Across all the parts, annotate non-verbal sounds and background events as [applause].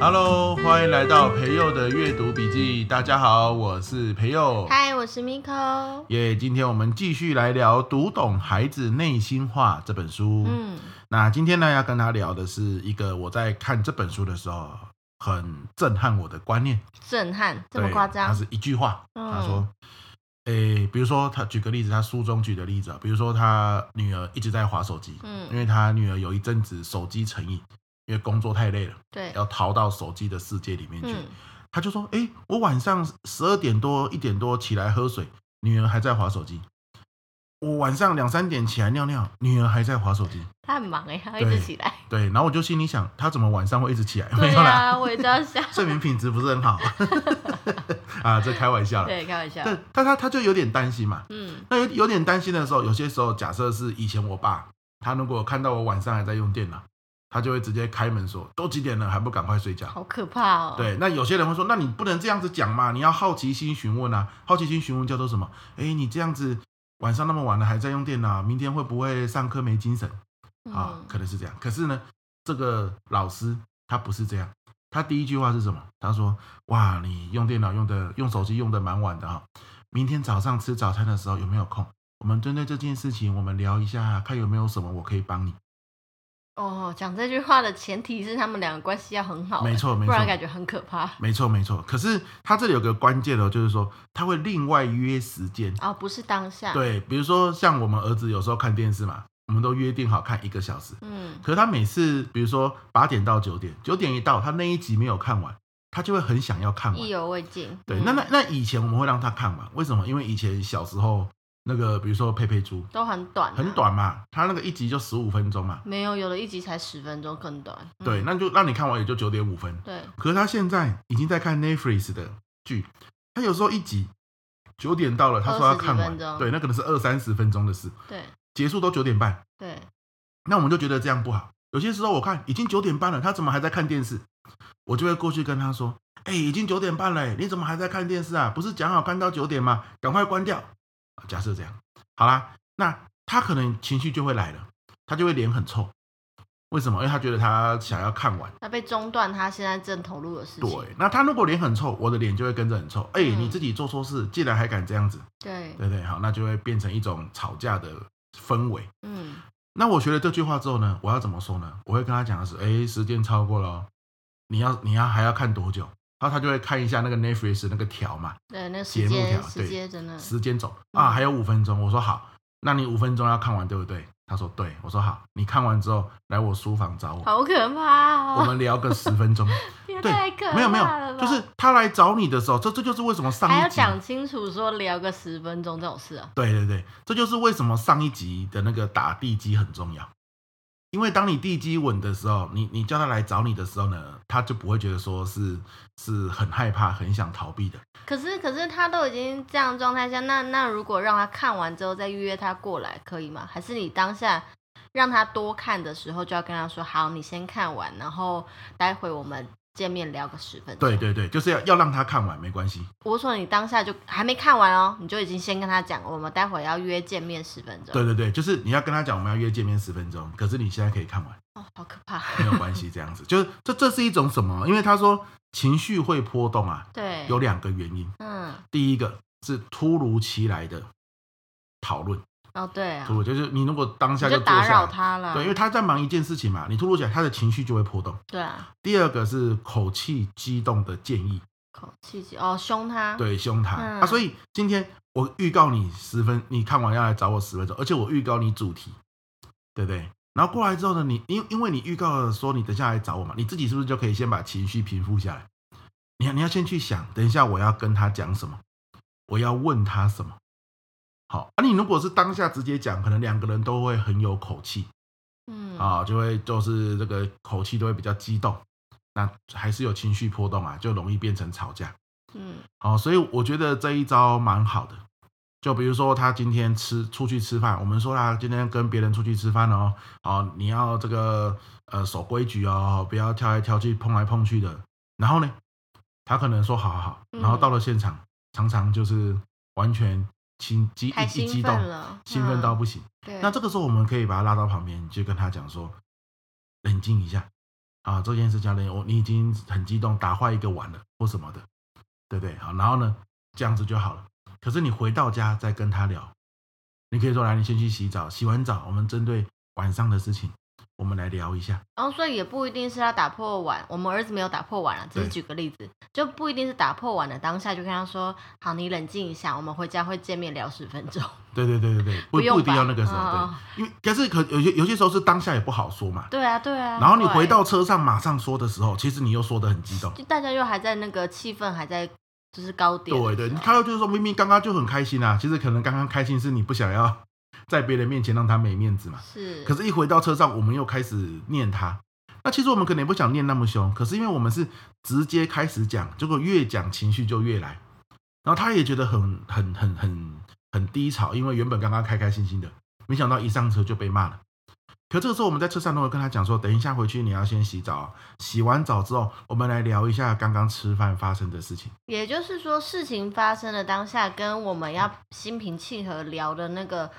Hello，欢迎来到培佑的阅读笔记。大家好，我是培佑。嗨，我是 Miko。耶今天我们继续来聊《读懂孩子内心话》这本书。嗯，那今天呢，要跟他聊的是一个我在看这本书的时候很震撼我的观念。震撼，这么对夸他张？是一句话，嗯他说。诶，比如说他举个例子，他书中举的例子啊，比如说他女儿一直在划手机，因嗯，为他女儿有一阵子手机成瘾，因为工作太累了，对，要逃到手机的世界里面去。嗯，他就说：“哎、我晚上十二点多一点多起来喝水，女儿还在划手机；我晚上两三点起来尿尿，女儿还在划手机。他很忙哎，他会一对直起来。对，然后我就心里想，她怎么晚上会一直起来？ [laughs] 没对有啦，啊，我也这样 [laughs] 想。睡眠品质不是很好 [laughs] 啊，这开玩笑了。对，开玩笑。但但他他就有点担心嘛。嗯，那有有点担心的时候，有些时候，假设是以前我爸，他如果看到我晚上还在用电脑，他就会直接开门说：都几点了，还不赶快睡觉？好可怕哦。，对，那有些人会说，那你不能这样子讲嘛，你要好奇心询问啊。好奇心询问叫做什么？哎，你这样子晚上那么晚了还在用电脑，明天会不会上课没精神啊？嗯，可能是这样。可是呢，这个老师他不是这样，他第一句话是什么？他说：哇，你用电脑用的用手机用的蛮晚的哈、明天早上吃早餐的时候有没有空？我们针对这件事情，我们聊一下，啊看有没有什么我可以帮你。哦，讲这句话的前提是他们两个关系要很好，没错没错不然感觉很可怕。没错，没错。可是他这里有个关键哦，就是说他会另外约时间。哦，不是当下。，对，比如说像我们儿子有时候看电视嘛，我们都约定好看一个小时，嗯，可是他每次比如说八点到九点，九点一到，他那一集没有看完，他就会很想要看意完。犹未尽。对，哎嗯那那那以前我们会让他看完，为什么？因为以前小时候那个，比如说佩佩猪都很短，啊很，短嘛，他那个一集就十五分钟嘛，没有，有的一集才十分钟，更短。嗯对，那就让你看完也就九点五分。对，可是他现在已经在看 Netflix 的剧，他有时候一集九点到了，他说要20几看完分，钟对，那可能是二三十分钟的事，对，结束都九点半。对，那我们就觉得这样不好。有些时候我看已经九点半了，他怎么还在看电视？我就会过去跟他说：“哎、已经九点半了、你怎么还在看电视啊？不是讲好看到九点吗？赶快关掉。啊”假设这样，好啦，那他可能情绪就会来了，他就会脸很臭。为什么？因为他觉得他想要看完。他被中断，他现在正投入的事对情。，那他如果脸很臭，我的脸就会跟着很臭。哎、嗯你自己做错事，竟然还敢这样子，对，对不对？好，那就会变成一种吵架的氛围。嗯，那我学了这句话之后呢，我要怎么说呢？我会跟他讲的是，哎，时间超过了哦，你要你要还要看多久？然后他就会看一下那个 Netflix 那个条嘛，对，那节时目间条对时间真的，时间走嗯啊，还有五分钟。我说好，那你五分钟要看完对不对？他说对。我说好，你看完之后来我书房找我，好可怕我哦！们聊个十分钟。也对 [laughs] 太可怕了吧没有没有，就是他来找你的时候，这这就是为什么上还要一集，讲清楚说聊个十分钟这种事啊。对对对，这就是为什么上一集的那个打地基很重要。因为当你地基稳的时候，你你叫他来找你的时候呢，他就不会觉得说是是很害怕、很想逃避的。可是可是他都已经这样的状态下，那那如果让他看完之后再约他过来，可以吗？还是你当下让他多看的时候就要跟他说，好，你先看完，然后待会我们见面聊个十分钟。对，对对，就是要要让他看完，没关系。我说你当下就还没看完哦，你就已经先跟他讲，我们待会要约见面十分钟。对对对，就是你要跟他讲我们要约见面十分钟，可是你现在可以看完，哦，好可怕。没有关系。这样子就是这这是一种什么？因为他说情绪会波动啊，对，有两个原因。嗯，第一个是突如其来的讨论，哦对啊突，如就是你如果当下你就坐打下扰来他了。对，因为他在忙一件事情嘛，你突如其来，他的情绪就会波动。对啊，第二个是口气激动的建议，口气急哦，凶他。对，凶他、嗯啊。所以今天我预告你十分，你看完要来找我十分钟，而且我预告你主题，对不对？然后过来之后呢，你因因为你预告了说你等一下来找我嘛，你自己是不是就可以先把情绪平复下来？你你要先去想，等一下我要跟他讲什么，我要问他什么。好，啊，你如果是当下直接讲，可能两个人都会很有口气，嗯，啊，就会就是这个口气都会比较激动，那还是有情绪波动啊，就容易变成吵架。嗯，哦，所以我觉得这一招蛮好的。就比如说他今天吃出去吃饭，我们说啦，今天跟别人出去吃饭哦，哦，你要这个呃守规矩哦，不要跳来跳去、碰来碰去的。然后呢，他可能说好好好，嗯然后到了现场，常常就是完全情激太一一激兴动奋，了，兴奋到嗯不行。对，那这个时候我们可以把他拉到旁边，就跟他讲说，冷静一下，啊，这件事情呢，我你已经很激动，打坏一个碗了或什么的，对不对？好，然后呢，这样子就好了。可是你回到家再跟他聊，你可以说来，你先去洗澡，洗完澡我们针对晚上的事情，我们来聊一下。然后、哦所以也不一定是他打破碗，我们儿子没有打破碗啊，只是对举个例子，就不一定是打破碗的当下就跟他说，好，你冷静一下，我们回家会见面聊十分钟。对对对对对，不 [laughs] 不用不一定吧要那个时候，嗯对，因为可是可有些有些时候是当下也不好说嘛。对啊，对啊。然后你会回到车上马上说的时候，其实你又说的很激动。就大家又还在那个气氛还在就是高点的时候，对对，你看到就是说，明明刚刚就很开心啊，其实可能刚刚开心是你不想要 [laughs] 在别人面前让他没面子嘛。是，可是，一回到车上，我们又开始念他。那其实我们可能也不想念那么凶，可是因为我们是直接开始讲，结果越讲情绪就越来，然后他也觉得很很很很很低潮，因为原本刚刚开开心心的，没想到一上车就被骂了。可这个时候我们在车上都会跟他讲说，等一下回去你要先洗澡哦，洗完澡之后我们来聊一下刚刚吃饭发生的事情。也就是说，事情发生的当下跟我们要心平气和聊的那个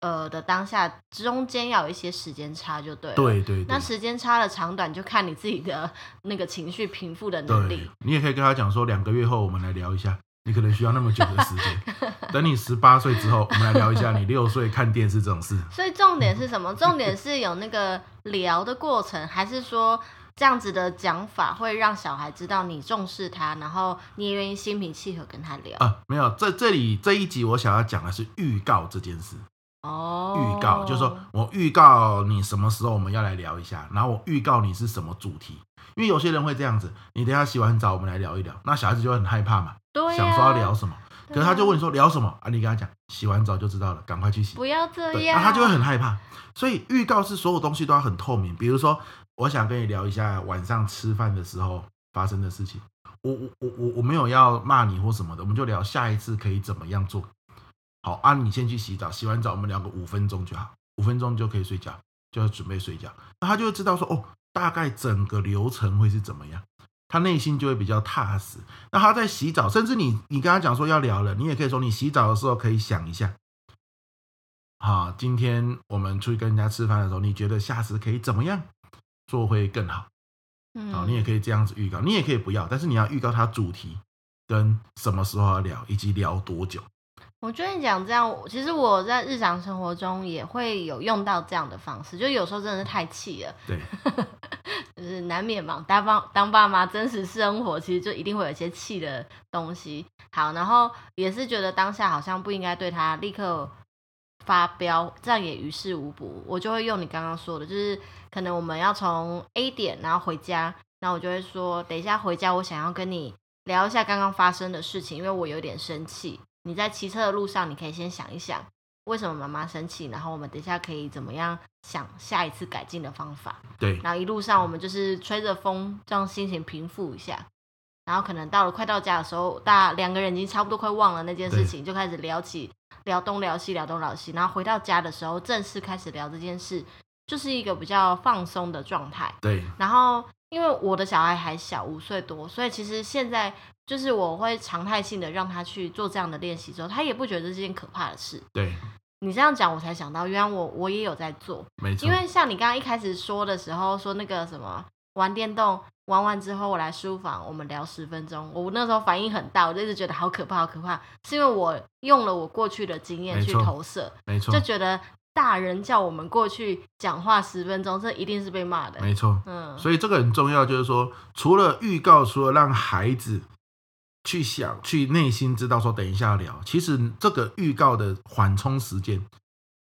呃的当下中间要有一些时间差，就对了。。对对对那，时间差的长短就看你自己的那个情绪平复的能对力。你也可以跟他讲说，两个月后我们来聊一下，你可能需要那么久的时间。 [laughs] 等你十八岁之后，我们来聊一下你六岁看电视这种事。所以重点是什么？重点是有那个聊的过程，还是说这样子的讲法会让小孩知道你重视他，然后你也愿意心平气和跟他聊？啊，没有，这这里这一集我想要讲的是预告这件事。哦，啊预告就是说我预告你什么时候我们要来聊一下，然后我预告你是什么主题。因为有些人会这样子，你等一下洗完澡我们来聊一聊，那小孩子就会很害怕嘛，对、呀想说要聊什么，可对是他就啊问你说聊什么啊？你跟他讲洗完澡就知道了，赶快去洗。不要这对，啊样，那他就会很害怕。所以预告是所有东西都要很透明。比如说，我想跟你聊一下晚上吃饭的时候发生的事情。我我我我我没有要骂你或什么的，我们就聊下一次可以怎么样做。好啊，你先去洗澡，洗完澡我们聊个五分钟就好，五分钟就可以睡觉，就要准备睡觉。那他就会知道说，哦，大概整个流程会是怎么样，他内心就会比较踏实。那他在洗澡，甚至你你跟他讲说要聊了，你也可以说你洗澡的时候可以想一下，啊，今天我们出去跟人家吃饭的时候，你觉得下次可以怎么样做会更好？嗯，好，你也可以这样子预告，你也可以不要，但是你要预告它主题跟什么时候要聊，以及聊多久。我觉得你讲这样，其实我在日常生活中也会有用到这样的方式，就有时候真的是太气了，对 [laughs] 就是难免嘛。当爸当爸妈，真实生活其实就一定会有一些气的东西。好，然后也是觉得当下好像不应该对他立刻发飙，这样也于事无补。我就会用你刚刚说的，就是可能我们要从 A 点然后回家，然后我就会说，等一下回家我想要跟你聊一下刚刚发生的事情，因为我有点生气。你在骑车的路上，你可以先想一想。为什么妈妈生气？然后我们等一下可以怎么样想下一次改进的方法？对然后一路上我们就是吹着风，这样心情平复一下。然后可能到了快到家的时候，大家两个人已经差不多快忘了那件事情，就开始聊起聊东聊西，聊东聊西。然后回到家的时候，正式开始聊这件事，就是一个比较放松的状态。对然后因为我的小孩还小，五岁多，所以其实现在就是我会常态性的让他去做这样的练习之后，他也不觉得这是件可怕的事。对，你这样讲，我才想到，原来我我也有在做。没错因。为像你刚刚一开始说的时候，说那个什么玩电动，玩完之后我来书房，我们聊十分钟。我那时候反应很大，我就一直觉得好可怕，好可怕，是因为我用了我过去的经验没去错投射，没错就，觉得大人叫我们过去讲话十分钟，这一定是被骂的。没错。嗯，所以这个很重要，就是说，除了预告，除了让孩子去想、去内心知道说等一下要聊，其实这个预告的缓冲时间，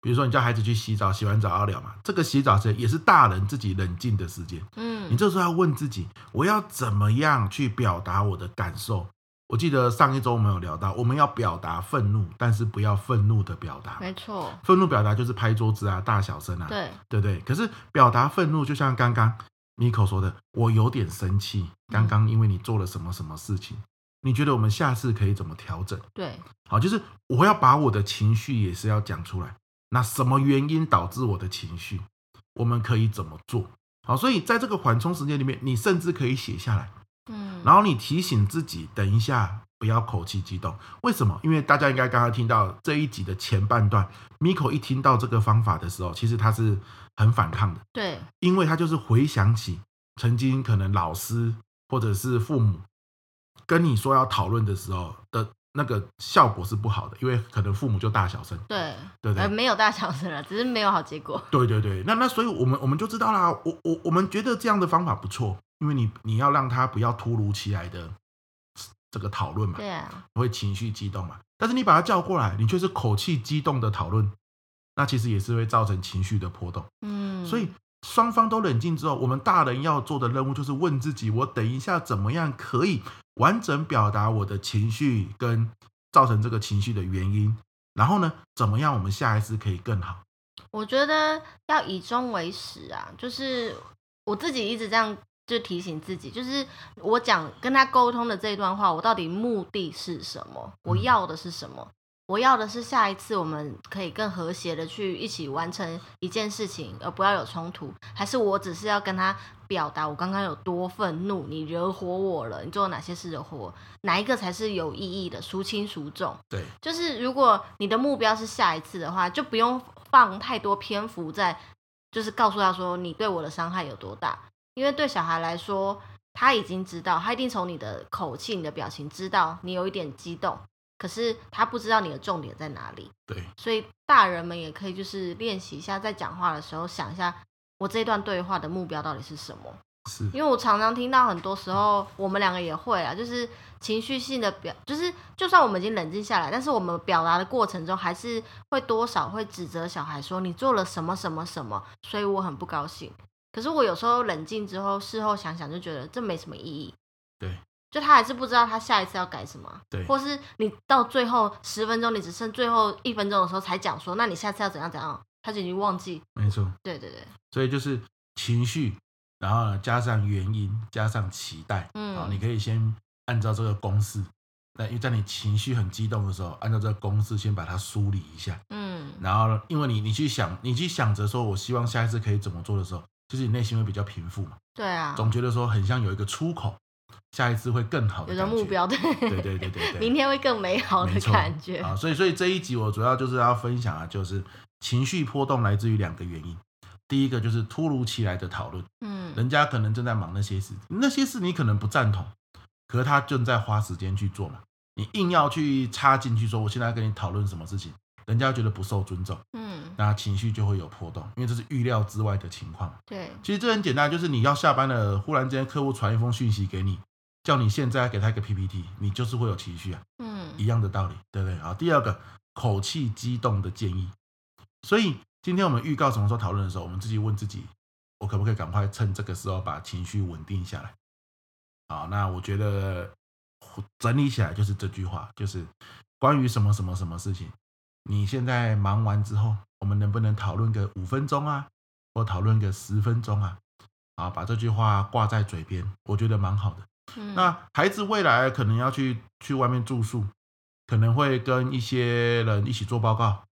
比如说你叫孩子去洗澡，洗完澡啊要聊嘛，这个洗澡时间也是大人自己冷静的时间。你嗯，这时候要问自己，我要怎么样去表达我的感受？我记得上一周我们有聊到，我们要表达愤怒，但是不要愤怒的表达。没错，愤怒表达就是拍桌子啊、大小声啊，对，对不对？可是表达愤怒，就像刚刚 Miko 说的，我有点生气，刚刚因为你做了什么什么事情，你觉得我们下次可以怎么调整？对，好，就是我要把我的情绪也是要讲出来，那什么原因导致我的情绪，我们可以怎么做？好，所以在这个缓冲时间里面，你甚至可以写下来，嗯，然后你提醒自己，等一下不要口气激动。为什么？因为大家应该刚刚听到这一集的前半段，Miko 一听到这个方法的时候，其实他是很反抗的，对，因为他就是回想起曾经可能老师或者是父母跟你说要讨论的时候的那个效果是不好的，因为可能父母就大小声，对，对不对呃，？没有大小声了，只是没有好结果。 [laughs] 对对对，那那所以我们我们就知道啦，我我我们觉得这样的方法不错，因为你你要让他不要突如其来的这个讨论嘛，对啊，会情绪激动嘛。但是你把他叫过来，你却是口气激动的讨论，那其实也是会造成情绪的波动。嗯，所以双方都冷静之后，我们大人要做的任务就是问自己：我等一下怎么样可以完整表达我的情绪跟造成这个情绪的原因？然后呢，怎么样我们下一次可以更好？我觉得要以终为始啊，就是我自己一直这样就提醒自己，就是我讲跟他沟通的这一段话，我到底目的是什么？我嗯要的是什么？我要的是下一次我们可以更和谐的去一起完成一件事情，而不要有冲突，还是我只是要跟他表达我刚刚有多愤怒，你惹火我了，你做了哪些事惹火我，哪一个才是有意义的，孰轻孰重？对，就是如果你的目标是下一次的话，就不用放太多篇幅在，就是告诉他说你对我的伤害有多大，因为对小孩来说，他已经知道，他一定从你的口气、你的表情知道你有一点激动，可是他不知道你的重点在哪里，对，所以大人们也可以就是练习一下，在讲话的时候想一下。我这一段对话的目标到底是什么？是，因为我常常听到很多时候，我们两个也会啊，就是情绪性的表，就是就算我们已经冷静下来，但是我们表达的过程中，还是会多少会指责小孩说你做了什么什么什么，所以我很不高兴。可是我有时候冷静之后，事后想想就觉得这没什么意义。对，就他还是不知道他下一次要改什么啊，对或是你到最后十分钟，你只剩最后一分钟的时候才讲说，那你下次要怎样怎样，他就已经忘记。没错。对对对，所以就是情绪，然后呢加上原因，加上期待，嗯好，你可以先按照这个公式。那因为在你情绪很激动的时候，按照这个公式先把它梳理一下，嗯，然后呢，因为你你去想，你去想着说，我希望下一次可以怎么做的时候，就是你内心会比较平复嘛，对啊，总觉得说很像有一个出口，下一次会更好的有个感觉目，标，对对对对对对，明天会更美好的没错感觉。啊，所以所以这一集我主要就是要分享啊，就是情绪波动来自于两个原因，第一个就是突如其来的讨论，嗯，人家可能正在忙那些事，那些事你可能不赞同，可是他正在花时间去做嘛，你硬要去插进去说我现在要跟你讨论什么事情，人家觉得不受尊重，嗯，那情绪就会有波动，因为这是预料之外的情况。对，其实这很简单，就是你要下班了，忽然之间客户传一封讯息给你，叫你现在给他一个 PPT，你就是会有情绪啊。一嗯，样的道理，对不对？好，第二个口气激动的建议。所以今天我们预告什么时候讨论的时候，我们自己问自己，我可不可以赶快趁这个时候把情绪稳定下来？好，那我觉得整理起来就是这句话，就是关于什么什么什么事情，你现在忙完之后，我们能不能讨论个五分钟啊，或讨论个十分钟啊？啊，把这句话挂在嘴边，我觉得蛮好的。嗯，那孩子未来可能要去去外面住宿，可能会跟一些人一起做报告，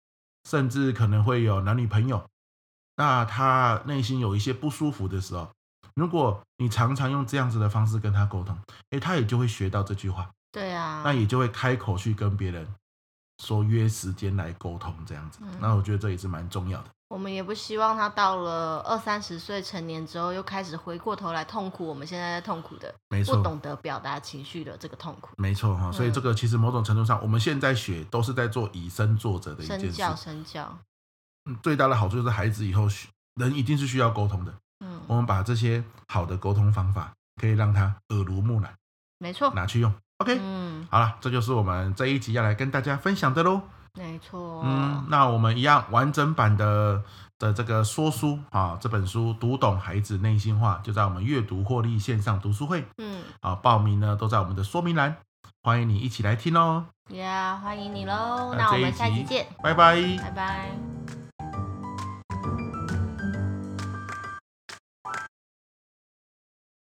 甚至可能会有男女朋友。那他内心有一些不舒服的时候，如果你常常用这样子的方式跟他沟通，诶，他也就会学到这句话，对啊，那也就会开口去跟别人说约时间来沟通这样子嗯。那我觉得这也是蛮重要的。我们也不希望他到了二三十岁成年之后，又开始回过头来痛苦我们现在在痛苦的，没不错，懂嗯得表达情绪的这个痛苦，没错哈。所以这个其实某种程度上，我们现在学都是在做以身作则的一件身事教身教，嗯最大的好处就是孩子以后需人一定是需要沟通的。我嗯，们把这些好的沟通方法，可以让他耳濡目染，没错，拿去用。OK，、嗯，好了，这就是我们这一集要来跟大家分享的喽。没错，嗯，那我们一样完整版的的这个说书啊，这本书《读懂孩子内心话》就在我们阅读获利线上读书会嗯，啊，报名呢都在我们的说明栏，欢迎你一起来听哦。呀，欢迎你喽，嗯那那我这一们下期集见，拜拜。拜拜。